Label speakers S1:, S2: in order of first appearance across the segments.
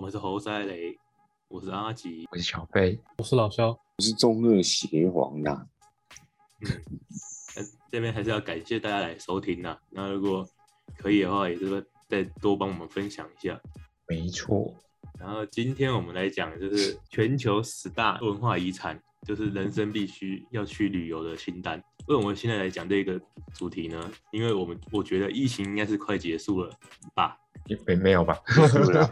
S1: 们是猴塞雷，我是阿吉，
S2: 我是小贝，
S3: 我是老肖，
S4: 我是中二邪皇啦、
S1: 呃这边还是要感谢大家来收听呐。那如果可以的话，也是再多帮我们分享一下。
S2: 没错，
S1: 然后今天我们来讲就是全球十大文化遗产，就是人生必须要去旅游的清单。为什么现在来讲这个主题呢？因为我们我觉得疫情应该是快结束了吧？
S2: 也没没有吧？
S1: 啊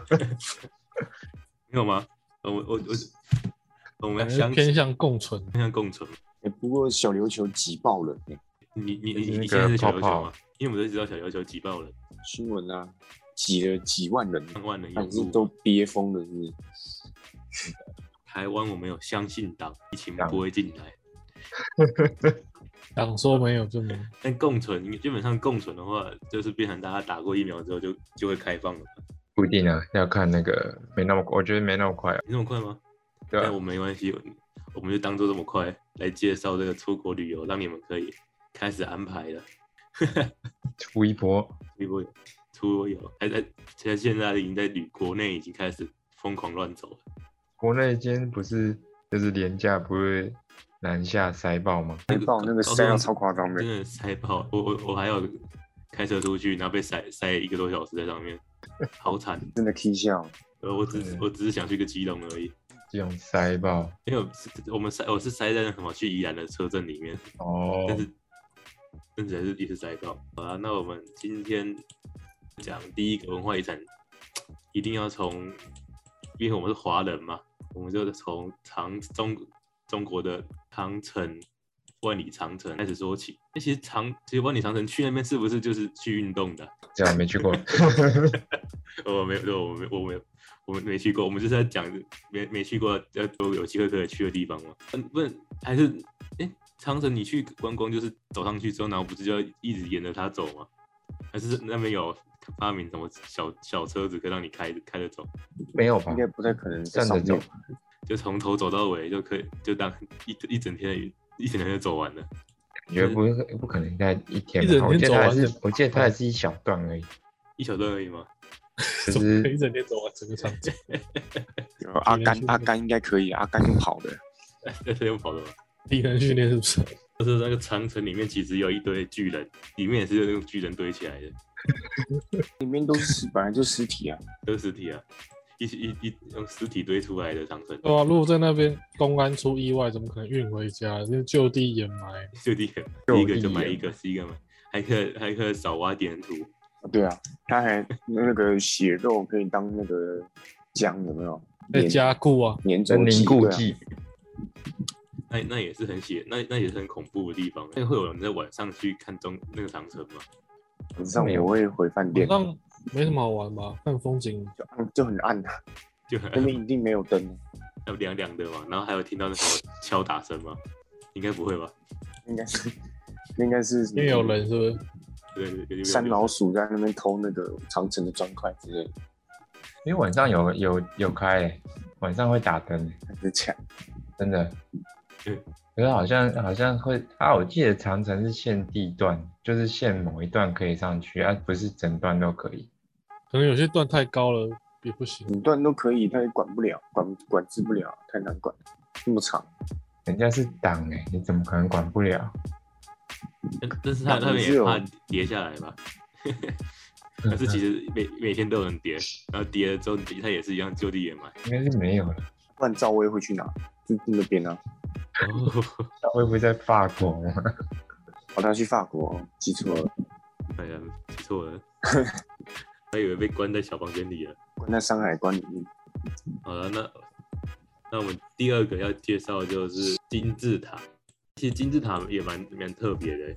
S1: 没有吗？呃我我我我们要
S3: 感觉
S2: 哎
S1: 相
S3: 呃偏向共存。
S1: 偏向共存。
S4: 欸不过小琉球挤爆了、欸，
S1: 你你
S2: 就是
S1: 你
S2: 那
S1: 你现在
S2: 个
S1: 是小琉
S2: 泡
S1: 球
S2: 泡
S1: 吗？因为我们都知道小琉球挤爆了
S4: 新闻啊，挤了几万人，
S1: 上万人啊
S4: 还
S1: 涌
S4: 是
S1: 入
S4: 都。憋疯了，是不是？
S1: 台湾我们有相信党，疫情不会进来。
S3: 党说没有就没有，
S1: 但共存基本上共存的话，就是变成大家打过疫苗之后就就会开放了。
S2: 不一定啊，要看那个没那么，我觉得没那么快啊。
S1: 你这么快吗？
S2: 对啊
S1: 但我没关系，我们就当做这么快来介绍这个出国旅游，让你们可以开始安排了。
S2: 出一波，
S1: 出国出国游还在，其实现在已经在旅国内已经开始疯狂乱走了。
S2: 国内今天不是就是廉价不是南下塞爆吗？
S4: 还爆那个
S1: 高
S4: 塞到
S1: 中
S4: 超夸张的
S1: 真，的塞爆！我我我还要开车出去，然后被塞塞一个多小时在上面，好惨。
S4: 真的 K 笑。
S1: 呃，我只
S2: 对
S1: 我只是想去个基隆而已，
S2: 这种塞爆
S1: 因为我是我们塞我是塞在那什么去宜兰的车阵里面，
S2: 哦，
S1: 但是但是还是也是塞爆。好啊，那我们今天讲第一个文化遗产，一定要从，因为我们是华人嘛，我们就从长中中国的长城。万里长城开始说起，那其实长其实万里长城去那边是不是就是去运动的啊？
S2: 这样没去过，
S1: 呃我没有，对，我没，我没，我没去过。我们就是在讲没没去过，要有有机会可以去的地方嘛。嗯，不是，还是哎，长城你去观光就是走上去之后，然后不是就要一直沿着它走吗？还是那边有发明什么小小车子可以让你开开着走，
S2: 没有吧
S4: 应？该不太可能在
S2: 站着
S4: 上
S2: 走
S4: 面，
S1: 就从头走到尾就可以，就当一一整天的一整天就走完了。
S2: 感觉不是不可能在一天
S3: 一整
S2: 吧，我
S3: 天
S2: 记得
S3: 走
S2: 它
S3: 完
S2: 也
S3: 的
S2: 是，我记得它也是一小段而已，
S1: 一小段而已嘛，
S2: 就
S3: 怎
S1: 嗯
S3: 么可以
S2: 是
S3: 一整天走完整个长 城？
S4: 有阿甘
S3: 去
S4: 阿甘应该可以，阿甘用跑的，
S1: 哎那是用跑的吗？
S3: 体能训练是不是？
S1: 就是那个长城里面其实有一堆巨人，里面也是用巨人堆起来的。
S4: 里面都是 本来就尸体啊，
S1: 都是尸体啊，一一一用尸体堆出来的长城，
S3: 对啊，如果在那边公安出意外，怎么可能运回家？就就地掩埋。
S1: 就第一个，
S2: 就
S1: 第一个
S2: 地
S1: 就买
S2: 眼
S1: 一个是一个嘛，还可以还可以少挖点土，
S4: 对啊，他还那个血肉可以当那个姜，有没有？
S3: 在
S4: 粘
S3: 加固啊，
S4: 粘着
S2: 人凝固
S4: 对啊
S2: 剂，
S1: 那那也是很血，那那也是很恐怖的地方。那会有人在晚上去看中那个长城吗？
S4: 晚上我会回饭
S3: 晚
S4: 店，
S3: 上没什么好玩吧？看风景，
S4: 就暗就很暗啊，
S1: 就很
S4: 那边一定没有灯，啊
S1: 要凉凉的嘛，然后还有听到那什么敲打声吗？应该不会吧？
S4: 应该是应该是
S3: 因为有人是不是？
S1: 对对对，
S4: 山老鼠在那边偷那个长城的砖块之类的，
S2: 因为晚上有有有开欸，晚上会打灯，欸
S4: 开始抢。
S2: 真的。
S1: 嗯
S2: 可是好像好像会啊，我记得长城是限地段，就是限某一段可以上去，啊，不是整段都可以。
S3: 可能有些段太高了也不行。
S1: 嗯
S4: 整段都可以，他也管不了，管管制不了，太难管了，那么长，
S2: 人家是挡哎、你怎么可能管不了？
S1: 但但是他
S4: 那
S1: 他
S4: 不
S1: 们
S4: 是
S1: 也
S4: 有
S1: 怕跌下来吧？ 可是其实每每天都有人跌，然后跌了之后他也是一样就地掩埋。
S2: 应该是没有了。
S4: 不然赵薇会去哪？就就那边啊，
S3: 哦
S2: 会不会在法国 吗？
S4: 哦，他去法国，哦记错了，
S1: 哎呀，记错 了，我以为被关在小房间里了。
S4: 关在山海关里面，
S1: 好了，那那我们第二个要介绍的就是金字塔。其实金字塔也蛮蛮特别的，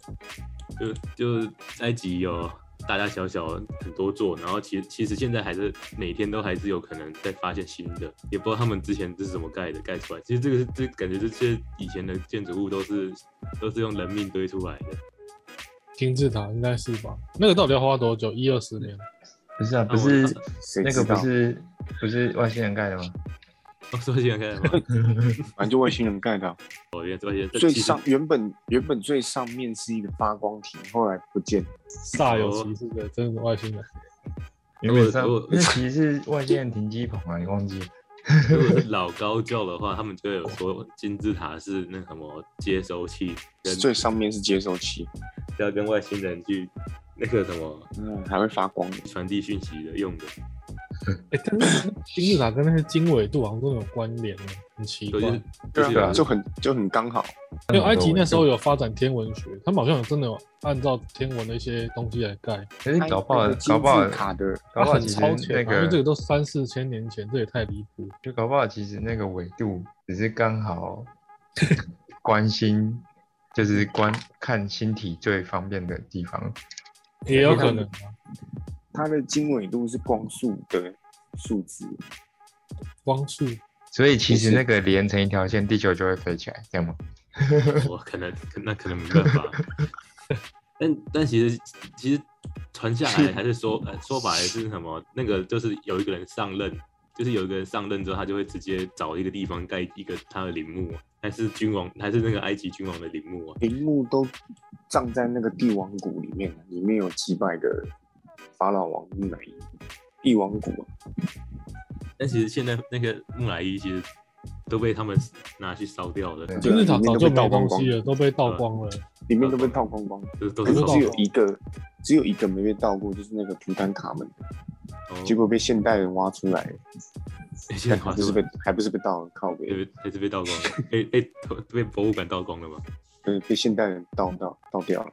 S1: 就就埃及有大大小小很多座，然后其实其实现在还是每天都还是有可能在发现新的，也不知道他们之前这是怎么盖的，盖出来。其实这个是这感觉这些以前的建筑物都是都是用人命堆出来的。
S3: 金字塔应该是吧？那个到底要花多久？一二十
S1: 哦
S3: 年？
S2: 不是啊，
S1: 我
S2: 不是
S4: 谁
S2: 那个
S4: 知道
S2: 不？是不是外星人盖 的吗？
S1: 我哦说现在看吗？
S4: 反正就外星人盖的啊、
S1: 我原来
S4: 最上原本原本最上面是一个发光体，后来不见了，
S3: 煞有其事的，真的外星人。
S2: 原本上
S1: 如果
S2: 日期是外县停机棚啊，你忘记？
S1: 如 果是老高教的话，他们就会有说金字塔是那什么接收器，跟
S4: 最上面是接收器，
S1: 要跟外星人去那个什么
S4: 嗯，还会发光。
S1: 传递讯息的用的，
S3: 哎、但是金字塔跟那个经纬度好像都有关联哦，很奇怪
S1: 就。是就
S4: 对
S1: 是
S4: 啊，
S1: 有
S4: 就很就很刚好。
S3: 因为埃及那时候有发展天文学，他们好像有真的有按照天文的一些东西来盖，
S2: 可是搞不好
S4: 那个，金
S2: 搞不好
S4: 字，塔的
S2: 搞不好
S3: 很
S2: 其实
S3: 超前、啊，
S2: 那
S3: 因为这个
S2: 个，
S3: 都三四千年前，这也太离谱。
S2: 就搞不好其实那个纬度只是刚好 关心，就是观看星体最方便的地方。
S3: 也有可能、
S4: 它的经纬度是光速的数字，
S3: 光速
S2: 所以其
S4: 不
S2: 实
S4: 是
S2: 那个连成一条线，地球就会飞起来，这样吗？
S4: 啊
S1: 我可能可那可能没办 法。但但其实其实传下来还是说呃说白了是什么？那个就是有一个人上任，就是有一个人上任之后，他就会直接找一个地方盖一个他的陵墓啊，还是君王，还是那个埃及君王的陵墓啊？
S4: 陵墓都葬在那个帝王谷里面，里面有几百个法老王木乃伊。帝王谷啊，
S1: 但其实现在那个木乃伊其实都被他们拿去烧掉了，
S4: 对
S3: 金
S4: 啊
S3: 字塔早
S4: 里面都
S3: 就
S4: 被
S3: 没
S4: 倒光
S3: 东
S4: 光
S3: 西了，都被倒光了。
S4: 里面都被套光光，
S1: 就是都
S4: 可
S1: 是烧
S4: 是只
S1: 掉
S4: 有一个，只有一个没被盗过，就是那个图坦卡门，
S1: 哦
S4: 结果被现代人挖出来，
S1: 现在
S4: 但还
S1: 划
S4: 不
S1: 出
S4: 是
S1: 来
S4: 被还不是被盗，靠
S1: 对
S4: 北，
S1: 被还是被盗光了，被被被博物馆盗光了吗？
S4: 对，被现代人盗到盗掉了。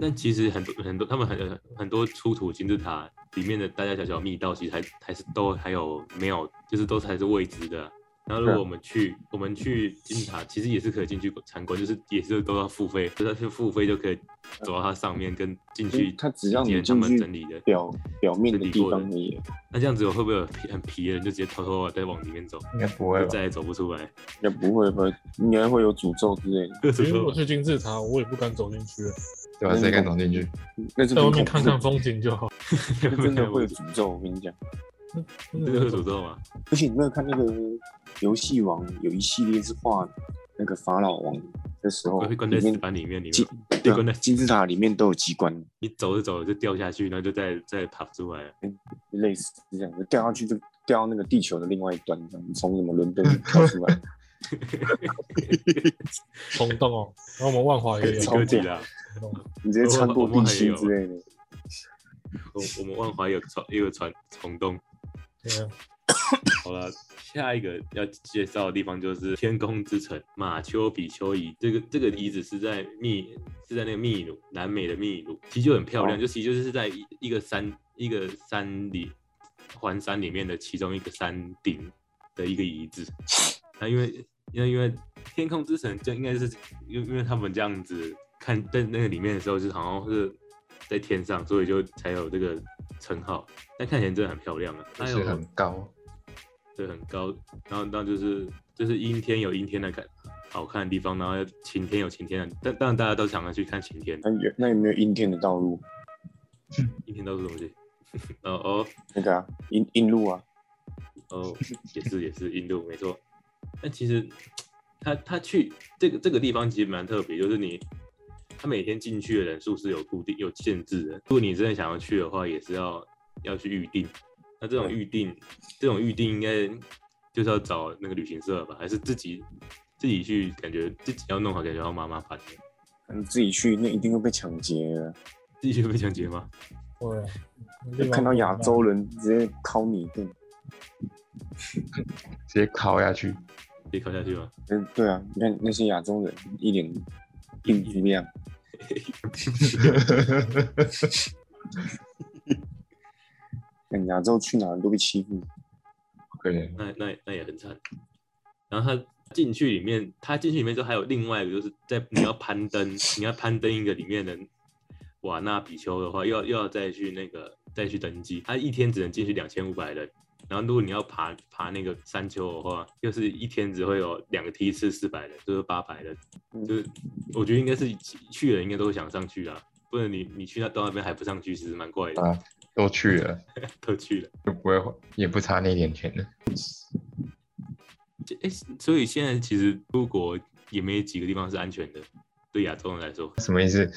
S1: 但其实很多很多，他们很很多出土金字塔里面的大大小小密道，其实还还是都还有没有，就是都还是未知的。然后如
S4: 对啊
S1: 果我们去我们去金字塔，其实也是可以进去参观，就是也是都要付费，就是去付费就可以走到它上面跟进去
S4: 嗯。它只让
S1: 体
S4: 你
S1: 验他
S4: 进
S1: 们
S4: 去
S1: 整理的
S4: 表表面的地方而已。
S1: 那这样子会不会有皮很皮的人就直接偷偷的再往里面走，
S2: 应该不会
S1: 就
S2: 吧？
S1: 再也走不出来？
S4: 也不会吧？应该会有诅咒之类的。
S1: 各种
S3: 因为我
S1: 都
S3: 去金字塔，我也不敢走进去，啊
S2: 对吧？
S4: 嗯
S2: 谁敢走进去？
S4: 那是
S3: 在
S4: 很
S3: 外
S4: 恐
S3: 面
S4: 怖
S3: 看看，风景就好。
S4: 那真 的会有诅咒。我跟你讲，
S3: 真
S1: 这个
S3: 的
S1: 会
S3: 走
S1: 诅咒吗？
S4: 而且你有没有看那个游戏王有一系列是画那个法老王的时候，
S1: 会关
S4: 里
S1: 在石
S4: 面
S1: 板里面，你
S4: 金
S1: 们
S4: 对
S1: 被关在
S4: 啊金字塔里面都有机关，
S1: 你走着走着就掉下去，然后就再再爬不出来了。
S4: 类似这样，就掉下去就掉到那个地球的另外一端，这样从什么伦敦跳出 来，
S3: 虫洞哦。然后我们 万华也有
S4: 超
S1: 科技
S4: 屌
S1: 啦。
S4: 你直接穿过
S1: 我们
S4: 地
S1: 还
S4: 心
S1: 有
S4: 之类的。
S1: 我我们万华也有传也有传虫洞。
S3: 对啊
S1: 好了，下一个要介绍的地方就是天空之城马丘比丘遗。这个这个遗址是在秘是在那个秘鲁，南美的秘鲁，其实就很漂亮，
S4: 哦
S1: 就其实就是在一一个山一个山里环山里面的其中一个山顶的一个遗址。那因为因为因为天空之城就应该是因为因为他们这样子看在那个里面的时候，就是好像是在天上，所以就才有这个称号。但看起来真的很漂亮啊，
S2: 就
S1: 它
S2: 是
S1: 有
S2: 很高，
S1: 对，很高。然后，那就是就是阴天有阴天的看好看的地方，然后晴天有晴天的，但当然大家都常常去看晴天
S4: 那。有那有没有阴天的道路？
S1: 阴天到处都是东西。 哦哦
S4: 那个啊，阴阴路啊，
S1: 哦，也是也是印度没错。但其实他他去这个这个地方其实蛮特别，就是你他每天进去的人数是有固定有限制的。如果你真的想要去的话，也是要要去预定。那这种预定，这种预定应该就是要找那个旅行社吧，还是自己自己去？感觉自己要弄好，感觉要麻麻烦的。
S4: 你自己去那一定会被抢劫的。
S1: 自己去被抢劫吗？
S3: 对啊，那地方
S4: 看到亚洲人直接敲你一顿。
S2: 直接靠下去。
S1: 自己考下去吗？
S4: 嗯，对啊，你看那些亚洲人一脸
S1: 嗯
S4: 病猪样，嗯亚洲去哪儿都被欺负。
S2: 对，
S1: 那那那也很惨。然后他进去里面，他进去里面之后还有另外一个，就是在你要攀登，你要攀登一个里面的瓦纳比丘的话，又要又要再去那个再去登记，他一天只能进去两千五百人。然后如果你要爬爬那个山丘的话，又是一天只会有两个梯次四百人，就是八百人，
S4: 嗯
S1: 就是我觉得应该是去的人应该都会想上去啦，不然你你去那到那边还不上去，其实蛮怪的，
S2: 啊都去了，
S1: 都去了。
S2: 就不会花，也不差那点钱的。
S1: 哎、所以现在其实出国也没几个地方是安全的，对亚洲人来说，
S2: 什么意思？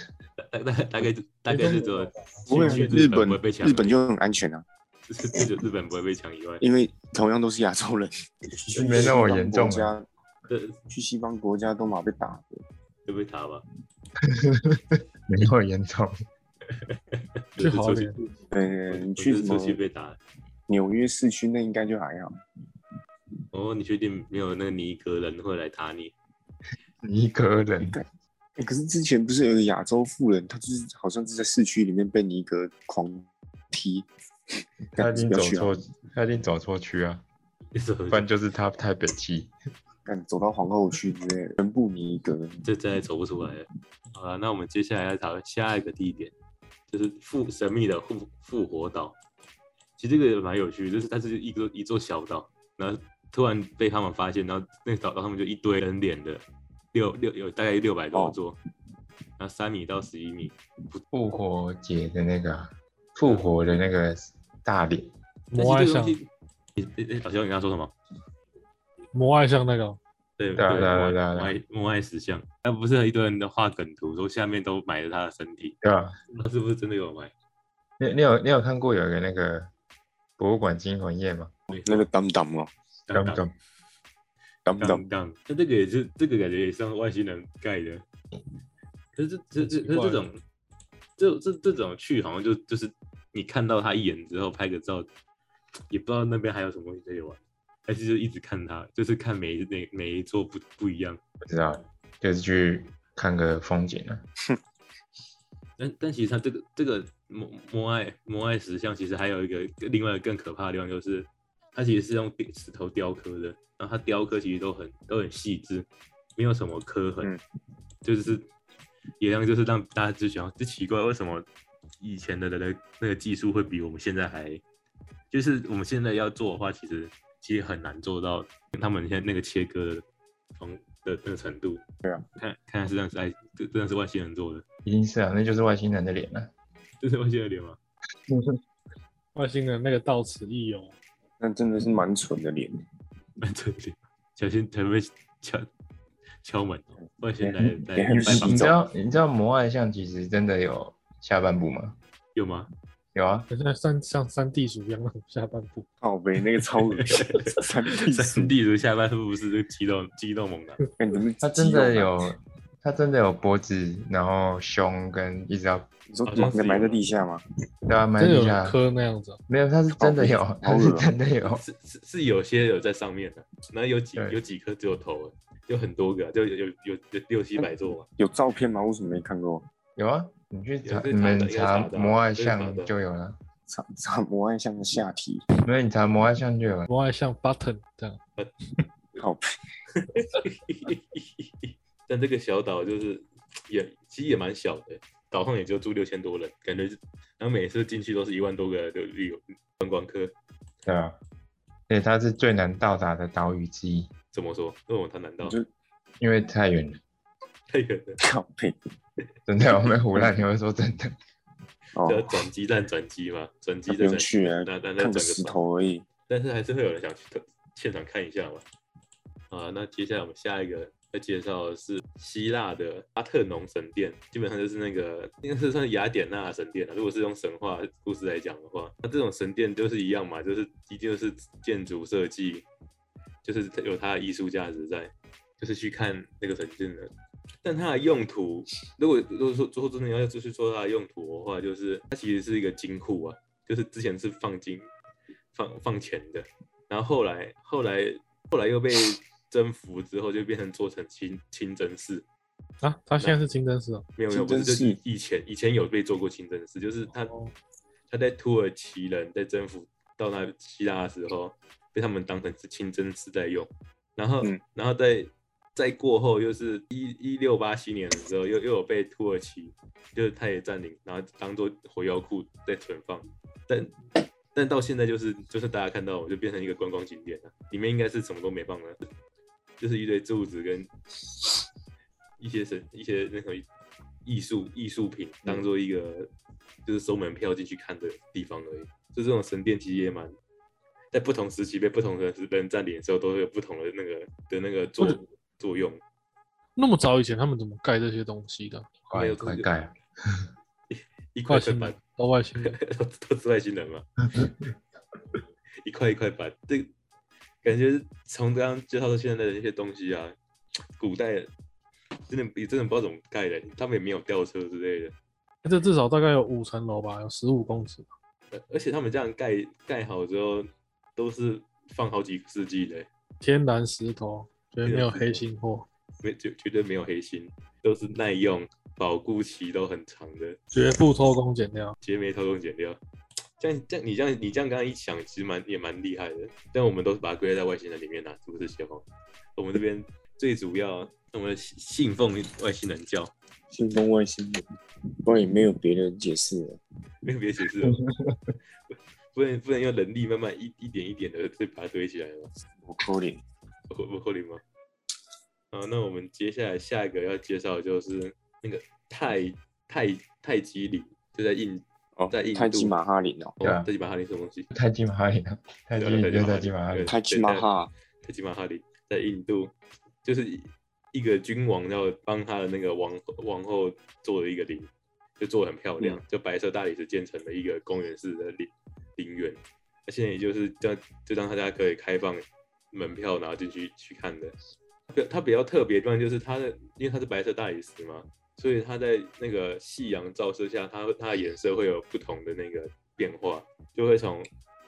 S1: 大大大概大概是只有
S4: 不会啊，
S1: 去
S4: 日
S1: 本不会
S4: 本
S1: 被抢而已，
S4: 日本就很安全啊，
S1: 就是这就日本不会被抢 以外，
S4: 因为同样都是亚 洲人，去
S2: 没那么严重啊
S4: 西方国家
S1: 这
S4: 去西方国家都马被打的，
S1: 就被打吧。
S2: 没那么严重。
S1: 就是
S3: 去好
S1: 出
S3: 一
S1: 去
S3: 点，
S4: 呃，你去
S1: 我
S4: 什
S1: 就是
S4: 么
S1: 出去被打。
S4: 纽约市区那应该就还好，
S1: 哦，你确定没有那个尼格人会来打你？
S2: 尼格人
S4: 欸可是之前不是有个亚洲富人，他就是好像是在市区里面被尼格狂踢，
S2: 他已经走
S4: 不要
S2: 错
S4: 去啊，
S2: 他已经走错区啊，不
S1: 这
S2: 然就是他太北气。
S4: 干走到皇后区之类的，全部尼格。
S1: 这真的走不出来了。好了，那我们接下来要讨论下一个地点，就是复神秘的复复活岛。其实这个也蛮有趣，就是它是一个一座小岛，然后突然被他们发现，然后那个岛岛上面就一堆人脸的，六六有大概六百多
S4: 哦
S1: 座，然后三米到十一米，
S2: 复活节的那个啊复活的那个大脸，
S1: 但
S3: 摩
S1: 是
S3: 爱
S1: 这个
S3: 像
S1: 东，西，你你你老肖，你刚刚说什么？
S3: 摩爱像那个
S1: 对
S2: 对啊对啊对啊
S1: 摩爱摩爱石像，那不是一堆人都画梗图，说下面都埋着他的身体，
S2: 对吧？
S1: 那是不是真的有埋？
S2: 你你有你有看过有一个那个博物馆惊魂夜吗？
S4: 那个当当哦，
S2: 懂不懂？
S4: 当当
S1: 杠杠，那这个也是这个感觉也像外星人盖的，可是这这这可是这种这这这种去好像就就是你看到他一眼之后拍个照，也不知道那边还有什么东西可以玩，还是就一直看他，就是看每一每每一座不不一样。
S2: 不知道，就是去看个风景啊。
S1: 但但其实它这个这个摩摩艾摩艾石像，其实还有一个另外一个更可怕的地方，就是它其实是用雕石头雕刻的，然后它雕刻其实都很都很细致，没有什么刻痕，
S4: 嗯
S1: 就是也让就是让大家就想就奇怪为什么以前的人的那个技术会比我们现在还，就是我们现在要做的话，其实其实很难做到跟他们现在那个切割的方的那个程度。
S4: 对啊，
S1: 看看来是这样是哎，这真的是外星人做的，
S2: 一定是啊，那就是外星人的脸啊。
S1: 这是外星人脸吗？
S3: 外星人那个到此一游，
S4: 那真的是蛮蠢的脸，
S1: 慢这里，小心才会敲敲门哦。外星
S4: 也很
S1: 人来
S4: 也很
S1: 来拜
S4: 洗
S1: 访
S2: 你知
S4: 澡
S2: 道你知道魔爱像其实真的有下半部吗？
S1: 有吗？
S2: 有啊，
S3: 很像三像三地主一样那种下半部。
S4: 靠背那个超恶 心，三 D
S1: 三 地如下半部不是这个肌肉肌肉猛男，
S4: 哎，你们
S2: 他真的，有他真的有脖子，然后胸跟一直要
S4: 你说
S1: 好像是有
S4: 埋埋在地下吗？
S2: 对啊，埋
S3: 真的有
S2: 地
S3: 人
S2: 下。
S3: 磕那样子啊、
S2: 没有，他是真的有
S4: 好恶，
S2: 他是真的有。
S1: 是是是有些有在上面的，然后有几
S2: 对
S1: 有几颗只有头，有很多个啊，就有有有有六七百座嘛。
S4: 有照片吗？为什么没看过？
S2: 有啊，你去查，
S1: 有是
S2: 你们
S1: 查的有
S2: 查
S1: 查的啊
S2: 摩爱
S1: 有查
S2: 像
S1: 的
S2: 就有了。
S4: 查查摩爱像的
S1: 嗯
S4: 下体，
S2: 没有，你查摩爱像就有了。
S3: 摩爱像 button 这样，
S4: 靠背，
S1: 但这个小岛就是也其实也蛮小的，岛上也就住六千多人，感觉是然后每次进去都是一万多个哎的旅游观光客。
S2: 对啊，而且它是最难到达的岛屿之一，
S1: 怎么说？为什么他难道
S4: 就
S2: 因为太远了。
S1: 太远了？
S4: 靠背
S2: 真的，我们胡乱，你会说真的。
S4: 哦
S1: 就，要转机站转机嘛，转机
S4: 那
S1: 再
S4: 不用
S1: 转机，
S4: 去啊
S1: 那那，那
S4: 看
S1: 转
S4: 个
S1: 个
S4: 石
S1: 岛
S4: 头而已。
S1: 但是还是会有人想去特现场看一下嘛。啊，那接下来我们下一个要介绍的是希腊的阿特农神殿，基本上就是那个应该是算雅典娜的神殿了、啊如果是用神话故事来讲的话，那这种神殿就是一样嘛，就是一定就是建筑设计，就是有它的艺术价值在，就是去看那个神殿的。但它的用途，如果如果说最后真的要就是说它的用途的话，就是它其实是一个金库啊，就是之前是放金放放钱的，然后后来后来后来又被征服之后，就变成做成清清真寺。
S3: 啊，他现在是清真寺哦、
S1: 没有没有，不
S4: 清
S1: 是，就
S4: 真寺
S1: 是以前以前有被做过清真寺，就是他、
S3: 哦
S1: 他在土耳其人在征服到那希腊的时候，被他们当成是清真寺在用，然后、
S4: 嗯
S1: 然后再再过后，又是一一六八七年的时候，又又有被土耳其，就是他也占领，然后当做火药库在存放，但但到现在就是就是大家看到我就变成一个观光景点了，里面应该是什么都没放了，就是一堆柱子跟一些神一些那种艺术艺术品，当做一个就是收门票进去看的地方而已。就这种神殿其实也蛮，在不同时期被不同的人占领的时候，都会有不同的那个的那个作
S3: 或者
S1: 作用。
S3: 那么早以前他们怎么盖这些东西的？
S1: 没
S2: 快
S1: 有
S2: 快
S1: 这个
S2: 盖啊！
S1: 一块
S3: 外
S1: 块
S3: 星
S1: 板
S3: 人，到外星人，
S1: 都都是外星人嘛。一块一块板，这感觉是从刚刚介绍到现在的那些东西啊，古代真的也真的不知道怎么盖的，他们也没有吊车之类的，
S3: 这至少大概有五层楼吧，有十五公尺。
S1: 呃而且他们这样盖盖好之后，都是放好几个世纪的，
S3: 天然石头，绝对没有黑心货，
S1: 没绝绝对没有黑心，都是耐用，保固期都很长的，
S3: 绝不偷工减料。
S1: 结没偷工减料。这样这样你这样你这样刚刚一想，其实蛮也蛮厉害的。但我们都是把它归类在外星人里面啦、是不是小红？我们这边最主要，我们信信奉外星人教，
S4: 信奉外星人，不然也没有别的解释了。
S1: 没有别的解释了。 不能不能用人力慢慢一一点一点的再把它堆起来吗？
S4: 我扣脸，
S1: 不不合理吗？啊，那我们接下来下一个要介绍的就是那个泰泰泰姬陵，就在印
S4: 哦
S1: 在印，度
S4: 泰姬玛哈林哦，
S2: 对啊
S1: 哦，泰姬玛哈陵是什么东西？
S2: 泰姬玛哈陵啊，泰姬陵就泰姬玛哈陵
S1: 对，
S4: 泰姬玛哈，
S1: 泰姬玛哈陵在印度，就是一个君王要帮他的那个王王后做的一个陵，就做的很漂亮，就白色大理石建成的一个公园式的陵陵园。那现在也就是让就让大家可以开放门票，然后进去去看的。它它比较特别的地方就是它的，因为它是白色大理石嘛，所以它在那个夕阳照射下，它它的颜色会有不同的那个变化，就会从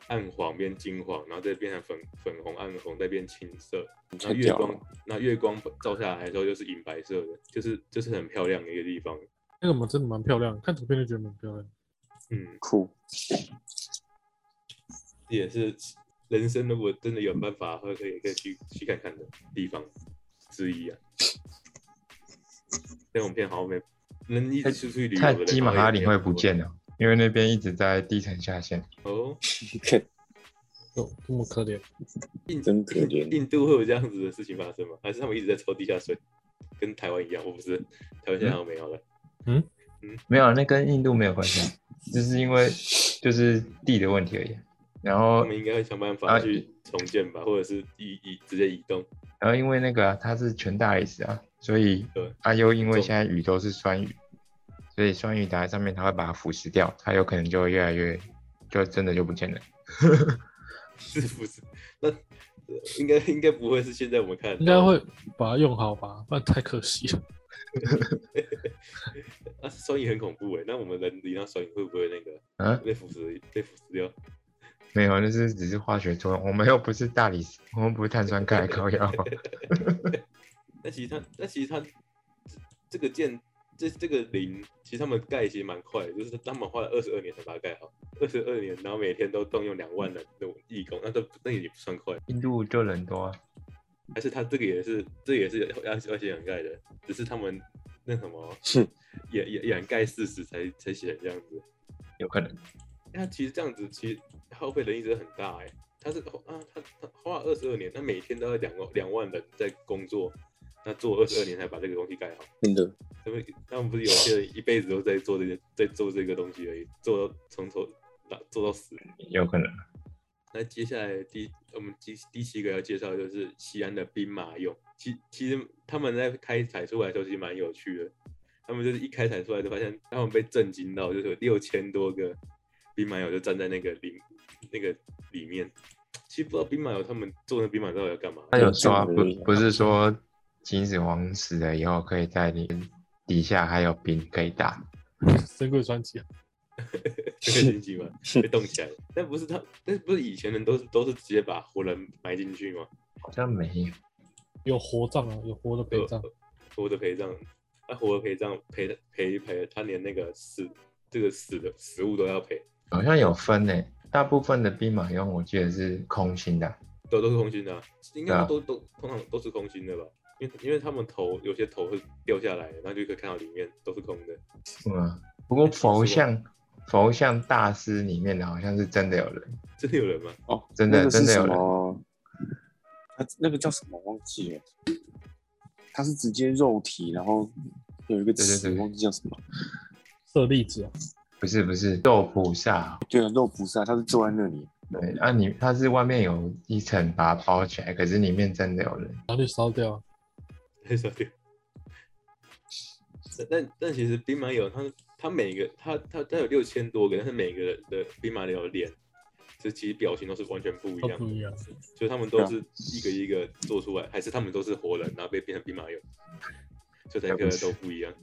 S1: 暗黄变金黄，然后再变成粉粉红、暗红，再变青色。然后
S4: 太
S1: 月
S4: 屌
S1: 光
S4: 了！，
S1: 那月光照下来之后就是银白色的，就是就是很漂亮的一个地方。
S3: 那个门真的蛮漂亮，看图片就觉得蛮漂亮。
S1: 嗯，
S4: 酷，
S1: 也是人生如果真的有办法，可以可以去去看看的地方之一啊。这种片好像没能一直出去旅游的
S2: 泰
S1: 人
S2: 姬玛哈陵会不见哦，因为那边一直在低层下陷。
S1: 哦。
S4: 看
S3: 哟，这么可怜，
S1: 印
S4: 真可怜
S1: 印度会有这样子的事情发生吗？还是他们一直在抽地下水，跟台湾一样？我不是，台湾现在好像没有了。
S2: 没有啊，那跟印度没有关系啊，只是因为就是地的问题而已。然后
S3: 哦
S1: 他们应该会想办法
S2: 啊
S1: 去重建吧，或者是移移直接移动。
S2: 然后因为那个、啊、它是全大理石啊，所以
S1: 对
S2: 它又因为
S1: 重
S2: 现在雨都是酸雨，所以酸雨打在上面，它会把它腐蚀掉，它有可能就会越来越，就真的就不见了。
S1: 是不是？那呃应该应该不会是现在我们看，
S3: 应该会把它用好吧，不然太可惜了。
S1: 啊，双影很恐怖哎。那我们人离那双影会不会那个
S2: 啊，
S1: 被腐蚀被腐蚀掉？
S2: 没有，啊那是只是化学作用，我们又不是大理石， 我们不是碳酸钙 膏药。
S1: 但其实它，但其实它这这个建这这个零，其实他们盖其实蛮快的，就是他们花了二十二年才把它盖好，二十二年，然后每天都动用两万人的义工，那都那已经不算快，
S2: 印度就人多、啊，
S1: 而且它这个也是这也是外外星人盖的，只是他们那什么
S4: 哼
S1: 掩掩掩盖事实才才写成这样子。
S2: 有可能。
S1: 那其实这样子，其实耗费人力真的很大哎、他是啊，他他花了二十二年，他每天都要两万两万人在工作，那做二十二年才把这个东西盖好。
S4: 真的
S1: 他们他们不是有些人一辈子都在做这些，在做这个东西而已，做到从头打做到死。
S2: 有可能。
S1: 那接下来第我们第第七个要介绍的就是西安的兵马俑。其其实他们在开采出来的时候，其实蛮有趣的。他们就是一开采出来就发现，他们被震惊到，就是有六千多个兵马俑就站在那个里那个里面。其实不知道兵马俑他们做那兵马俑到底要干嘛。
S2: 他有说、啊、
S4: 有
S2: 不
S4: 这样的
S2: 不是说秦始皇死了以后可以在你底下还有兵可以打，
S3: 神鬼传奇啊，
S1: 这个星期嘛，被冻起来了。但不是他，但不是以前人都是都是直接把活人埋进去吗？
S2: 好像没有。
S3: 有活葬啊，有活的陪葬，
S1: 活的陪葬，他、活的陪葬陪陪一陪，他连那个死这个死的食物都要陪，
S2: 好像有分诶、大部分的兵马俑我记得是空心的啊，
S1: 都都是空心的啊、应该
S2: 对啊
S1: 都、都通常都是空心的吧？因为因为他们头有些头会掉下来，然后就可以看到里面都是空的。
S4: 哎
S2: 嗯啊，不过佛
S1: 是
S2: 像佛像大师里面的好像是真的有人，
S1: 真的有人吗？
S4: 哦，
S2: 真的
S4: 那个是
S2: 真的有
S4: 什
S2: 人
S4: 么？它那个叫什么？忘记了。它是直接肉体，然后有一个
S2: 对对
S4: 词
S2: 对
S4: 忘记叫什么。
S3: 舍利子啊，
S2: 不是不是肉菩萨，
S4: 对啊，肉菩萨，他是坐在那里。
S2: 对，啊你它是外面有一层把它包起来，可是里面真的有人，
S3: 然后就烧掉啊。
S1: 很少见。但但但其实兵马俑，它它每个它它它有六千多个，但是每个人的兵马俑有脸，只就其实表情都是完全哦不一
S3: 都
S1: 样
S3: 不
S1: 的，
S3: 一样。
S1: 所以他们都是一个一个做出来，还是他们都是活人，然后被变成兵马俑，就整个都不一样。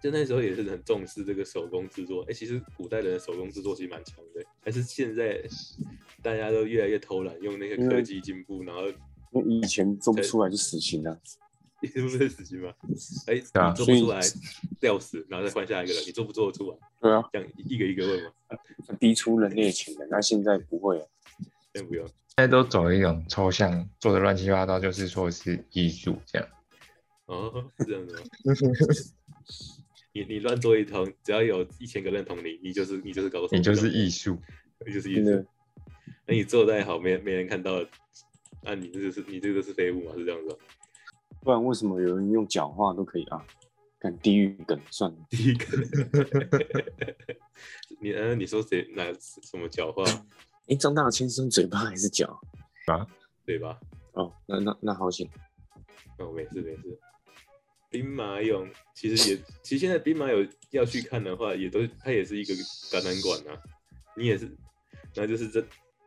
S1: 就那时候也是很重视这个手工制作，哎、其实古代人的手工制作其实蛮强的，但是现在大家都越来越偷懒，用那个科技进步，然后
S4: 因为以前做不出来就死刑啊，
S1: 你是不是死刑吗？哎、
S2: 啊
S1: 你做不出来，吊死，然后再换下一个人，你做不做得出来？
S4: 对啊，
S1: 这样一个一个问嘛，
S4: 逼出人类情的，那现在不会啊，
S1: 先不用。
S2: 现在都走一种抽象，做的乱七八糟，就是说是艺术这样。
S1: 哦，是这样 子吗？你你乱做一通，只要有一千个认同你，你就是你就是高手，
S2: 你就是艺术，
S1: 你就是艺
S4: 真
S1: 术。
S4: 的
S1: 那你做得再好，没人没人看到，那、你这就是你这个是废物嘛？是这样子、哦。
S4: 不然为什么有人用讲话都可以啊？看地狱梗算 了，
S1: 第一个，你呃，你说谁哪什么狡猾
S4: 哎，张大千是用嘴巴还是脚？啊
S1: 对吧？
S4: 哦，那那那好险，
S1: 哦，没事没事。兵马俑其实也，其实现在兵马俑要去看的话，也都它也是一个展览馆啊，你也是，然后就是这，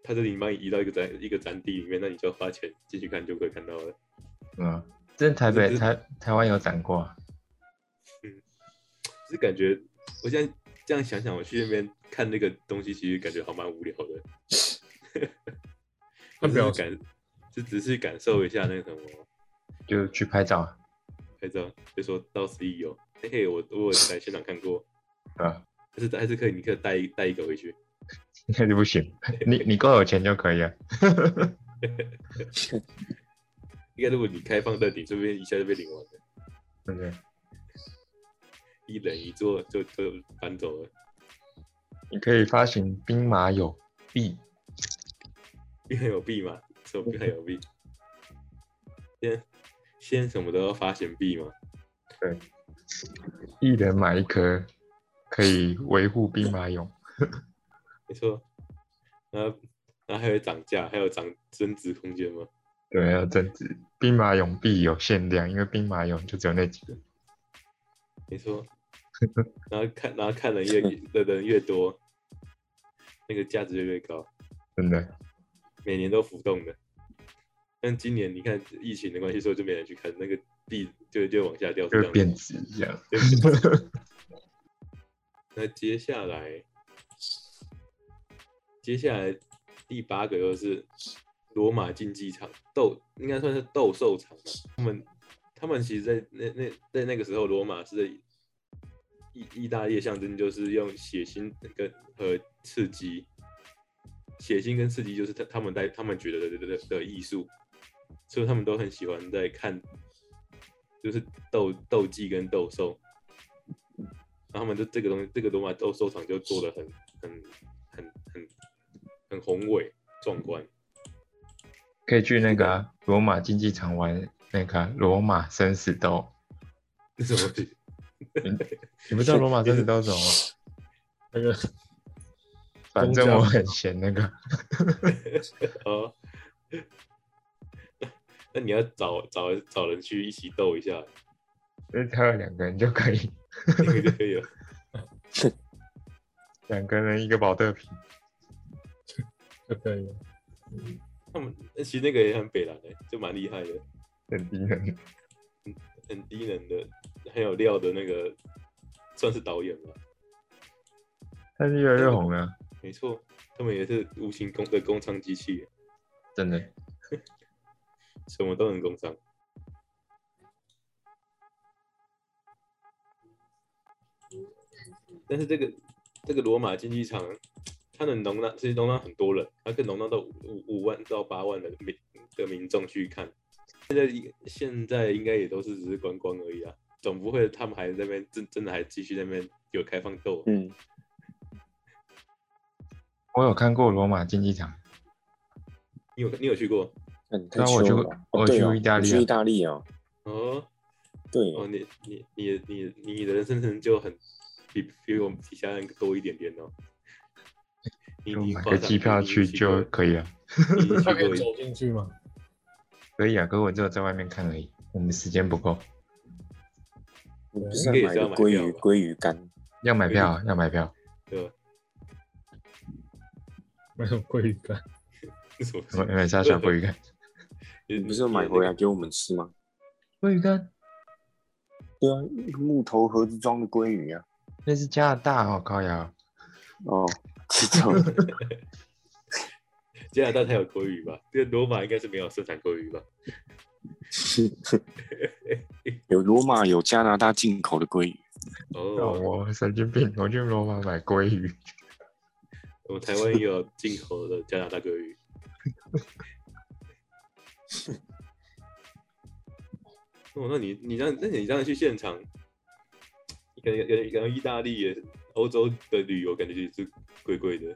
S1: 它这里把你移到一个展一个展地里面，那你就要花钱进去看就可以看到了。
S2: 嗯，这台
S1: 就
S2: 北
S1: 是
S2: 台台湾有展过啊，
S1: 就是感觉我现在这样想想，我去那边看那个东西，其实感觉好蛮无聊的。
S3: 看表
S1: 我只是感，就只是感受一下那个什么
S2: 就去拍照啊，
S1: 拍照，就说到此一游。嘿嘿，我我有在现场看过，
S2: 对吧？
S1: 还是还是可以，你可以带一带一个回去。
S2: 应该是不行，你你够有钱就可以了。
S1: 应该如果你开放到顶，这边一下就被领完了，
S2: 对不对？
S1: 一人一座就就搬走了。
S2: 你可以发行兵马俑币，
S1: 因为有币嘛，手币还有币。先先什么都要发行币嘛，
S2: 一人买一颗，可以维护兵马俑。
S1: 没错。然后然后还有涨价，还有涨增值空间吗？
S2: 对，要增值。兵马俑币有限量，因为兵马俑就只有那几个。
S1: 没 错。然后看然后看人越的人越多，那个价值就越高，
S2: 真的，
S1: 每年都浮动的。但今年你看疫情的关系，所以就没人去看，那个币就就往下掉，
S2: 就
S1: 这样子
S2: 贬值这样。
S1: 对不起那接下来，接下来第八个就是罗马竞技场斗，应该算是斗兽场吧。他们他们其实在那那在那个时候，罗马是在意意大利的象征，就是用血腥跟和刺激，血腥跟刺激就是他他们在他们觉得的的的的艺术，所以他们都很喜欢在看，就是斗斗技跟斗兽。然后他们就这个东西，这个罗马斗兽场就做的很很很很很宏伟壮观。
S2: 可以去那个啊罗、马竞技场玩那个啊罗、马生死斗。
S1: 那什么东西？
S2: 你不知道罗马生死斗是什么吗？
S3: 那个
S2: 反正我很闲那个。
S1: 哦，那你要找找找人去一起斗一下，
S2: 就是挑了两个人就可以，
S1: 那个就可以了。
S2: 两个人一个保特瓶，
S3: 就可以了。
S1: 他们那其实那个也很北蓝的、就蛮厉害的，
S2: 很低能。
S1: 很低能的，很有料的那个，算是导演吧。
S2: 但是越来越红了，
S1: 没错，他们也是无形工的工商机器，
S2: 真的。
S1: 什么都能工商。但是这个这个罗马竞技场，它能容纳其实容纳很多人，它可以容纳到五五五万到八万的民的民众去看。现在应现在应该也都是只是观光而已啊，总不会他们还在那边真真的还继续在那边有开放斗啊，
S4: 嗯，
S2: 我有看过罗马竞技场，
S1: 你有你有去过？
S4: 嗯，太
S2: 那我
S4: 糗
S2: 去
S4: 了
S2: 过
S4: 吧，
S2: 我
S4: 哦对
S2: 去
S4: 哦
S2: 过意大
S4: 你
S2: 利
S4: 去
S2: 啊
S4: 意大利啊，
S1: 哦
S4: 对
S1: 哦，
S4: 哦，
S1: 你你你你你的人生成就很比比我们其他人多一点点哦。你
S2: 就
S1: 你
S2: 买
S1: 夸
S2: 个
S1: 张
S2: 机票
S1: 你已经
S2: 去就
S1: 过
S2: 可以了。
S1: 你已经去
S3: 他可以
S1: 过
S3: 走进去吗？
S2: 可以啊，可我只有在外面看而已，我们时间不够，
S4: 你不
S1: 这
S4: 是
S1: 个也
S4: 买
S1: 是要
S4: 个
S1: 买
S4: 鲑
S1: 票
S4: 鱼
S1: 吧
S4: 鲑鱼干，
S2: 要买票啊，要买票。
S1: 对吧？
S3: 买什么鲑鱼干？
S1: 什么
S2: 因为因为他想鲑鱼干，
S1: 你
S4: 你不是要买回来给我们吃吗？
S2: 鲑鱼干
S4: 对啊，木头盒子装的鲑鱼啊。
S2: 那是加拿大哦，高瑶。
S4: 哦，是这样。
S1: 加拿大才有鲑鱼吧？这个罗马应该是没有生产鲑鱼吧？
S4: 有罗马有加拿大进口的鲑鱼，
S1: 哦，
S2: 我神经病，我去罗马买鲑 鱼。
S1: 我们台湾也有进口的加拿大鲑鱼。哦，那你你让那你让去现场，感觉感觉感觉意大利也欧洲的旅游感觉就是贵贵的，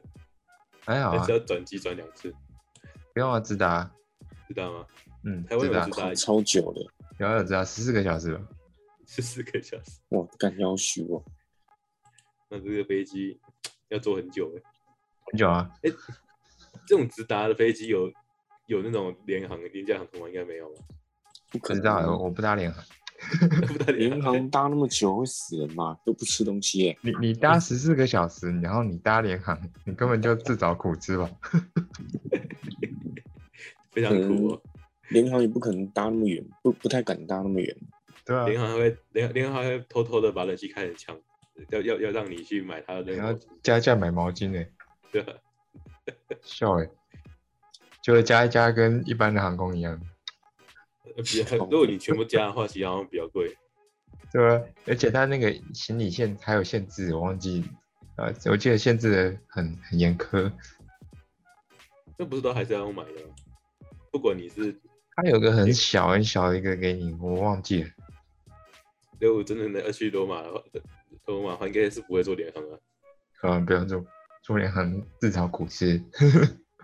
S2: 还好
S1: 还
S2: 啊
S1: 是，要转机转两次，
S2: 不用啊，直达，
S1: 知道吗？
S2: 嗯，
S1: 台湾
S2: 直
S1: 有
S2: 达
S1: 直，达
S4: 超久的，
S2: 有啊有直达十四个小时吧。
S1: 十四个小时，
S4: 哇，干要虚哦。
S1: 那这个飞机要坐很久哎。
S2: 很久啊，
S1: 这种直达的飞机有有那种联航廉价航空吗？应该没有吧？
S4: 不可
S2: 不知
S4: 能
S2: 道，我不搭脸啊。
S1: 不太联
S4: 银行搭那么久会死人吗？都不吃东西耶、
S2: 你你搭十四个小时，然后你搭联航，你根本就自找苦 吃吧。
S1: 非常苦哦。
S4: 联航也不可能搭那么远，不不太敢搭那么远。
S2: 对啊，
S1: 联航还会联联航还会偷偷的把冷气开很强，要要要让你去买它的
S2: 你
S1: 那
S2: 要
S1: 个，
S2: 加价买毛巾哎、
S1: 对啊 吧？
S2: 笑哎、就加一加跟一般的航空一样。
S1: 呃比较如果你全部加的话，其实好像比较贵。
S2: 对啊，而且它那个行李限还有限制，我忘记，呃，我记得限制的很很严苛。
S1: 那不是都还是要用买的吗？不管你是，
S2: 它有个很小很小的一个给你，我忘记了。
S1: 如果真的要去罗马的话，呃罗马应该是不会做联航啊。
S2: 呃，不要做做联航自找苦吃。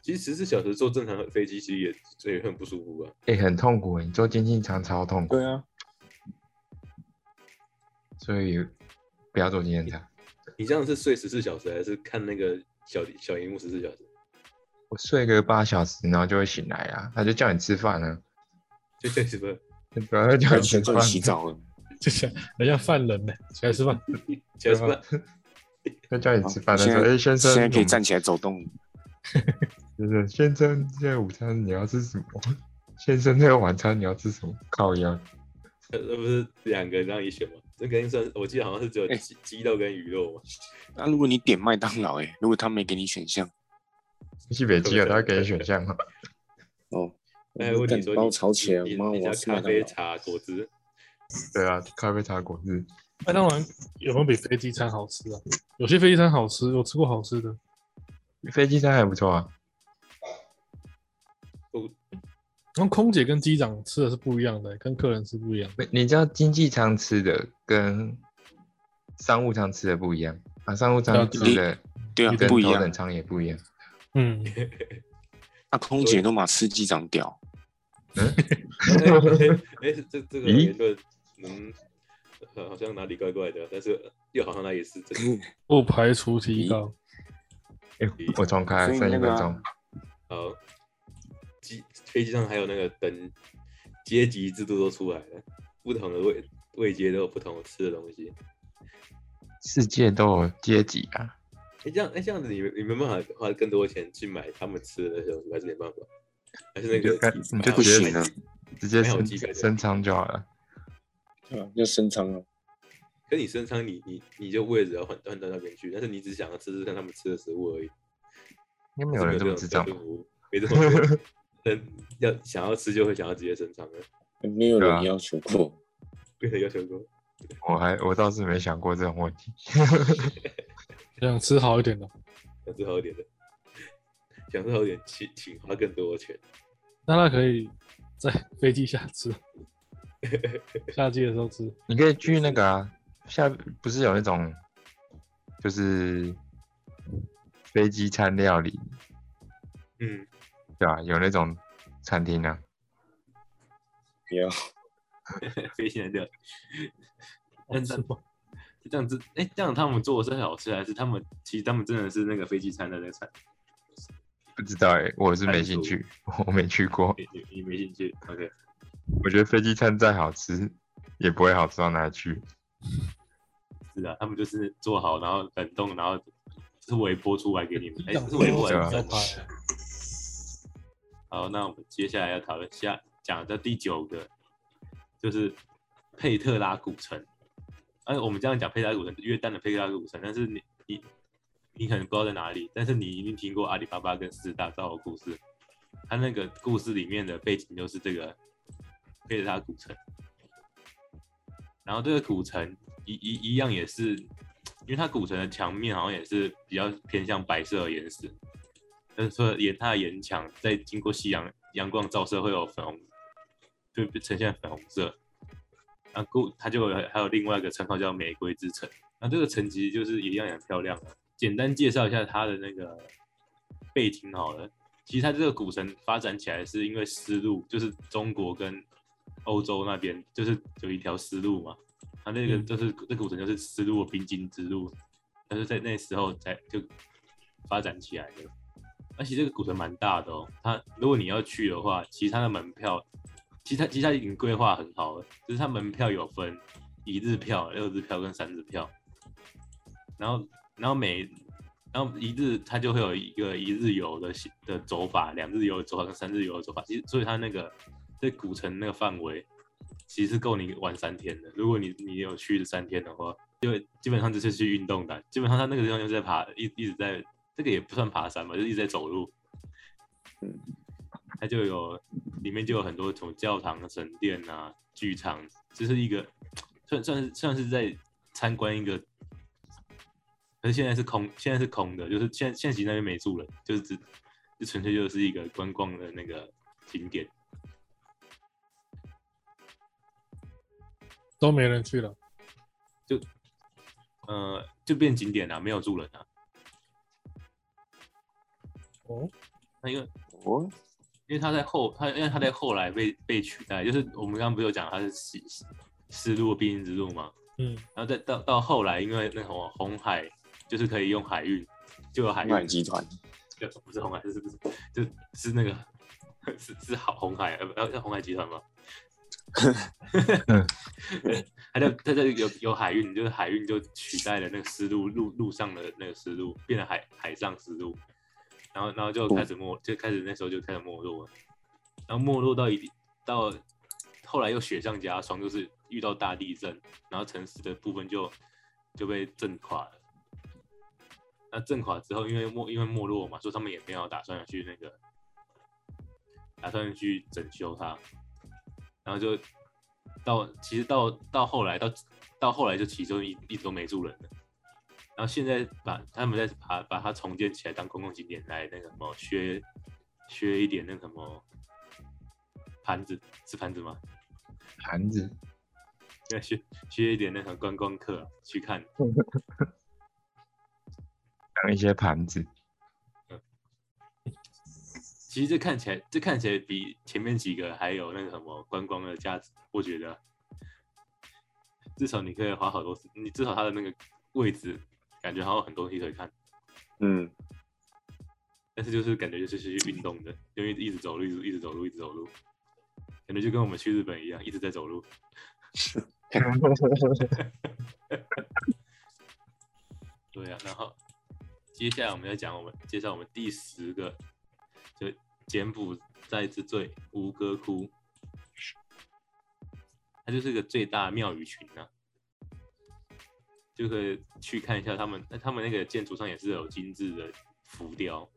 S1: 其实十四小时坐正常的飞机，其实也也很不舒服啊。
S2: 哎、很痛苦欸，你做经济舱超痛苦，
S4: 对啊，
S2: 所以不要做经济舱。
S1: 你这样是睡十四小时，还是看那个小小荧幕十四小时？
S2: 我睡个八小时，然后就会醒来啊，他就叫你吃饭啊，
S1: 就这什么？
S2: 就不要叫
S4: 完
S2: 你吃
S4: 全
S2: 饭
S4: 就，洗澡了，
S3: 就像人家犯人呢、起来吃饭。
S1: 起来吃
S2: 啊
S1: 饭，
S2: 就叫你吃饭。他
S4: 啊现
S2: 说：“哎、
S4: 在
S2: 先生，
S4: 现在可以
S2: 我们
S4: 站起来走动。
S2: 就是先生，这个午餐你要吃什么？先生，这个晚餐你要吃什么？烤羊。
S1: 呃，那不是两个让你选吗？那肯定算，我记得好像是只有
S4: 哎
S1: 鸡鸡肉跟鱼肉嘛。
S4: 那、如果你点麦当劳，哎，如果他没给你选项，
S2: 西北鸡啊，他会给你选项嘛。
S4: 哦，
S1: 哎，问
S4: 干
S1: 你说
S4: 把
S1: 你
S4: 我吵起来，
S1: 你
S4: 妈，
S1: 你
S4: 我
S1: 加
S4: 要吃麦
S1: 咖
S4: 当劳
S1: 啡、。茶、果 汁，
S2: 对啊，咖啡、茶、果汁。
S3: 麦哎当劳有没有比飞机餐好吃啊？有些飞机餐好吃，我吃过好吃的。
S2: 飞机餐还不错啊，
S3: 然后空姐跟机长吃的是不一样的、跟客人是不一样的。
S2: 你你知道经济舱吃的跟商务舱吃的不一样啊，商务
S3: 了
S2: 舱
S3: 解
S2: 吃的
S4: 对啊，
S2: 跟
S4: 不一
S2: 头
S4: 样
S2: 等。舱也不一样。
S3: 嗯，
S4: 那、空姐都把吃机长屌，
S1: 哎，哎这这个
S2: 咦
S1: 言论，嗯，好像哪里怪怪的，但是又好像哪里是真的。
S3: 不排除提高。
S2: 哎、我重开
S4: 所以
S2: 三
S4: 那
S2: 十
S4: 个
S2: 分
S4: 啊
S2: 钟，
S1: 好，机飞机上还有那个等阶级制度都出来了，不同的位位阶都有不同的吃的东西。
S2: 世界都有阶级啊。
S1: 哎，这样哎这样子你，你没办法花更多钱去买他们吃的那些东西，还是没办法？还是那
S2: 你就
S1: 个
S2: 干你就
S4: 不
S2: 直
S4: 行
S2: 接
S4: 啊，
S2: 直接
S1: 没有我记得
S2: 升升舱就好了。
S4: 对啊，要深藏了。
S1: 可你升舱你，你你就位置要换换到那边去，但是你只想要吃吃看他们吃的食物而已。
S2: 应该没有人这么
S1: 种
S2: 智障吧
S1: 服，务，没这么 人要想要吃就会想要直接升舱了，
S4: 没有
S2: 对啊
S4: 人要求过，
S1: 变成要求说
S2: 我还我倒是没想过这种问题。
S3: 想吃好一点的，
S1: 想吃好一点的，想吃好一点，请请花更多的钱。
S3: 那他可以在飞机下吃，下机的时候吃。
S2: 你可以去那个啊，下不是有那种就是飞机餐料理
S1: 嗯，
S2: 对吧、有那种餐厅啊，
S4: 不要
S1: 飞行来 的，但
S3: 好
S1: 是
S3: 吃吗
S1: 这样子，哎、这样他们做的是好吃，还是他们其实他们真的是那个飞机餐的那个餐？
S2: 不知道哎、我是没
S1: 餐
S2: 兴
S1: 厨
S2: 趣，我没去过。
S1: 你你你没兴趣？OK，
S2: 我觉得飞机餐再好吃，也不会好吃到哪里去。
S1: 是啊，他们就是做好，然后冷冻，然后是微波出来给你们，哎、
S3: 讲
S1: 是微波
S3: 这
S1: 还
S2: 啊
S3: 个
S1: 是
S3: 招
S1: 分
S3: 牌？
S1: 好，那我们接下来要讨论下讲的第九个，就是佩特拉古城。哎，我们这样讲佩特拉古城，约旦的佩特拉古城，但是你你你可能不知道在哪里，但是你一定听过阿里巴巴跟四大盗的故事。他那个故事里面的背景就是这个佩特拉古城，然后这个古城一一一样也是，因为它古城的墙面好像也是比较偏向白色的岩石，呃但是说沿它的岩墙，在经过夕阳阳光照射会有粉红，就会呈现粉红色。然后故它就有还有另外一个称号叫玫瑰之城。那这个城其实就是一样也很漂亮的。简单介绍一下它的那个背景好了。其实它这个古城发展起来是因为丝路，就是中国跟欧洲那边就是有一条丝路嘛，它那个
S3: 嗯
S1: 就是、这古城就是丝路的必经之路，但是在那时候才就发展起来的。而且这个古城蛮大的哦，它如果你要去的话，其实它的门票，其实它其实它已经规划很好了，就是它门票有分一日票、六日票跟三日票，然后然后每然后一日它就会有一个一日游的行的走法，两日游的走法跟三日游的走法，其实所以它那个在古城那个范围其实是够你玩三天的，如果你你有去三天的话，因为基本上就是去运动的，基本上它那个地方就是在爬，一一直在这个也不算爬山吧，就是一直在走路。
S4: 嗯，
S1: 它就有里面就有很多从教堂、神殿啊、剧场，这是一个算算是算是在参观一个，可是现在是空，现在是空的，就是现现实那边没住人，就是只就纯粹就是一个观光的那个景点。
S3: 都没人去了，
S1: 呃，就变景点了、没有住人啊。
S3: 哦，
S1: 那因为
S4: 哦，
S1: 因为他在后他因为他在后来被被取代，就是我们刚刚不是有讲他是丝丝路必经之路嘛，
S3: 嗯，
S1: 然后再到到后来，因为那什么红海就是可以用海运，就有海
S4: 卖
S1: 运
S4: 集团
S1: 对，不是红海，是是是，就是那个 是是好红海，呃，不要叫红海集团吗？ 它就它就有有海运，就是海运就取代了那个丝路路路上的那个丝路，变成海海上丝路，然后然后就开始没就开始那时候就开始没落了，然后没落到一定到后来又雪上加霜，就是遇到大地震，然后城市的部分就就被震垮了。那震垮之后，因为没因为没落嘛，所以他们也没有打算去那个，打算去整修它，然后就到其实到到后来到到后来就其中一一直都没住人了，然后现在把他们在把把它重建起来当公共景点来那个什么削削一点那个什么盘子是盘子吗？
S2: 盘子
S1: 要削削一点那个观光客、啊去看，
S2: 当一些盘子，
S1: 其实这看起来，这看起来比前面几个还有那个什么观光的价值，我觉得。至少你可以花好多时，你至少它的那个位置，感觉还有很多东西可以看。
S4: 嗯，
S1: 但是就是感觉就是去运动的，因为一直走路，一直一直走路，一直走路，感觉就跟我们去日本一样，一直在走路。对啊，然后接下来我们要讲我们介绍我们第十个，就柬埔寨之最吴哥窟，它就是个最大的庙宇群啊，就可以去看一下他们，那他们那个建筑上也是有精致的浮雕，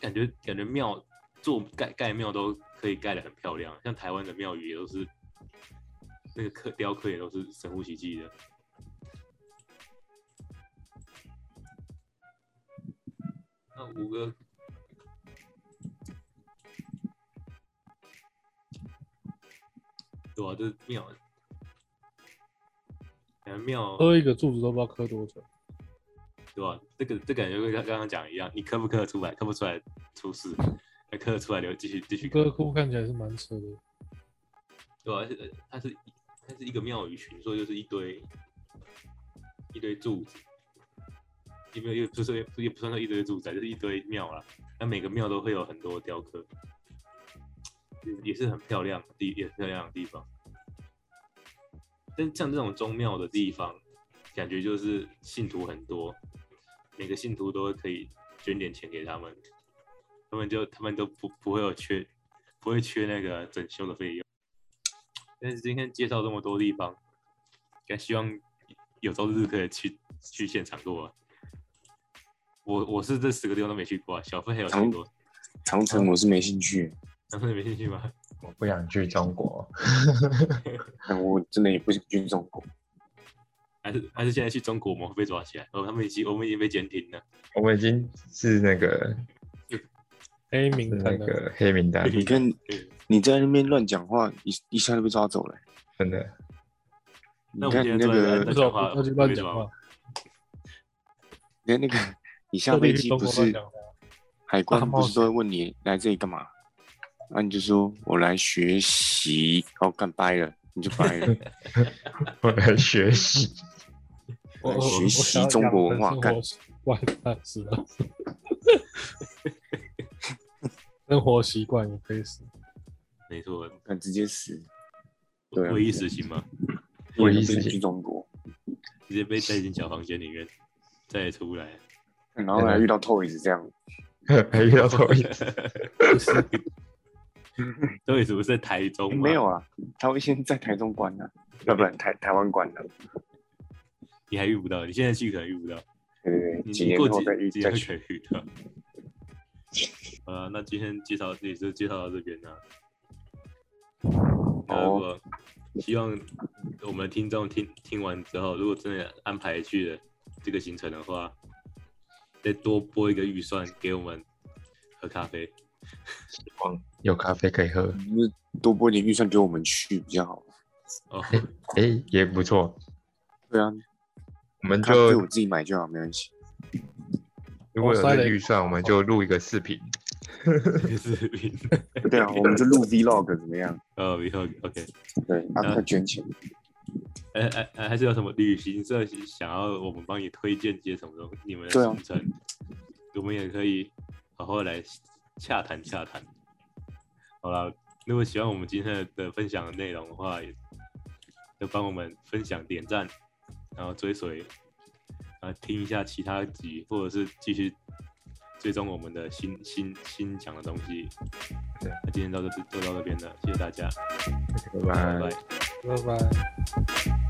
S1: 感觉感觉庙做盖盖庙都可以盖得很漂亮，像台湾的庙宇也都是那个刻雕刻也都是神乎其技的。那吴哥，对啊，这庙，感觉庙
S3: 磕一个柱子都不知道磕多久，
S1: 对吧？这个这感觉跟刚刚刚讲一样，你磕不磕得出来，磕不出来出事，那磕得出来留继续继续
S3: 哥
S1: 磕，
S3: 窟看起来是蛮扯的，
S1: 对吧、啊而且呃它是它是一个庙宇群，所以就是一堆一堆柱子，也没有也不是也不算说一堆柱子啊，就是一堆庙啦。那每个庙都会有很多雕刻，也也是很漂亮的地，也是漂亮的地方。但像这种宗庙的地方，感觉就是信徒很多，每个信徒都会可以捐点钱给他们，他们就他们都不不会有缺，不会缺那个整修的费用。但是今天介绍这么多地方，该希望有朝一日可以去去现场过啊。我我是这十个地方都没去过、啊，小费还有去过，
S4: 长
S2: 嗯
S4: 城我是没兴趣，
S1: 难道你没兴趣吗？
S2: 我不想去中国，
S4: 哎我真的也不想去中国。
S1: 还是还是现在去中国我们会被抓起来？哦，他们已经我们已经被监听了。
S2: 我已经是那个
S3: 黑
S2: 是
S3: 名
S2: 那
S3: 单的，
S2: 个黑名单，
S4: 你看
S1: 对，
S4: 你在那边乱讲话，一一下就被抓走了、
S2: 真的。
S1: 那
S4: 你
S1: 我们
S4: 看
S1: 现在
S4: 那
S1: 坐在那
S4: 个
S3: 不，是我要去乱讲话，
S4: 你看那个，你下
S3: 特地
S4: 飞
S3: 去
S4: 机
S3: 中
S4: 不
S3: 国乱
S4: 是
S3: 讲话。
S1: 啊
S4: 海
S3: 大
S4: 关
S3: 冒
S4: 不是都会问你来这里干嘛？那、你就说我来学习，哦，干掰了，你就 掰了，
S2: 我来学习，
S3: 我
S4: 来
S3: 我
S4: 学
S3: 我
S4: 习
S3: 想
S4: 中国文
S3: 养
S4: 化
S3: 生，
S4: 干
S3: 活 习惯，但是的，生活习惯也可以是。
S1: 没错，
S4: 干直接死，对啊
S1: 唯一死刑嘛，
S2: 我的
S4: 一
S2: 意思是
S4: 去中国，
S1: 直接被带进小房间里面，再也出不来。
S4: 然后还遇到 Toys 这样，
S2: 还遇到头一次，
S1: 周也是不是在台中
S4: 诶
S1: 吗？
S4: 没有，啊，他会先在台中关的、啊要不然台台湾关的、
S1: 你还遇不到，你现在去可能遇不到，
S4: 对对对，
S1: 你
S4: 几
S1: 你
S4: 年
S1: 嗯过
S4: 后
S1: 几
S4: 再遇
S1: 几
S4: 再
S1: 年会
S4: 去。
S1: 可以遇到。啊好啊，那今天介绍也就介绍到这边了、那如
S4: 哦，
S1: 果希望我们听众听听完之后，如果真的安排去了这个行程的话，再多拨一个预算给我们喝咖啡。
S2: 有咖啡可以喝，
S4: 那多拨一点预算给我们去比较好。
S1: 哦，
S2: 哎、也不错。
S4: 对啊，
S2: 我们
S4: 咖啡
S2: 就
S4: 我自己买就好，没关系。
S2: 如果有
S3: 塞
S2: 这
S3: 了
S2: 个
S3: 一
S2: 预算，我们就录一个视频，
S1: 视频，
S4: 对啊，我们就录 Vlog 怎么样？
S1: 呃，以后 OK，
S4: 对，啊，
S1: 嗯
S4: 快捐钱。
S1: 哎哎哎，还是有什么旅行社想要我们帮你推荐些什么东你们的
S4: 对啊
S1: 行程，我们也可以好好来洽谈洽谈。好了，如果喜欢我们今天的分享的内容的话，也就帮我们分享、点赞，然后追随，然后听一下其他集，或者是继续追踪我们的新新新讲的东西。
S2: 对，
S1: 那
S2: 哦
S1: 今天到这就到这边了，谢谢大家，
S2: 拜
S1: 拜
S2: 拜
S1: 拜。
S3: 拜拜。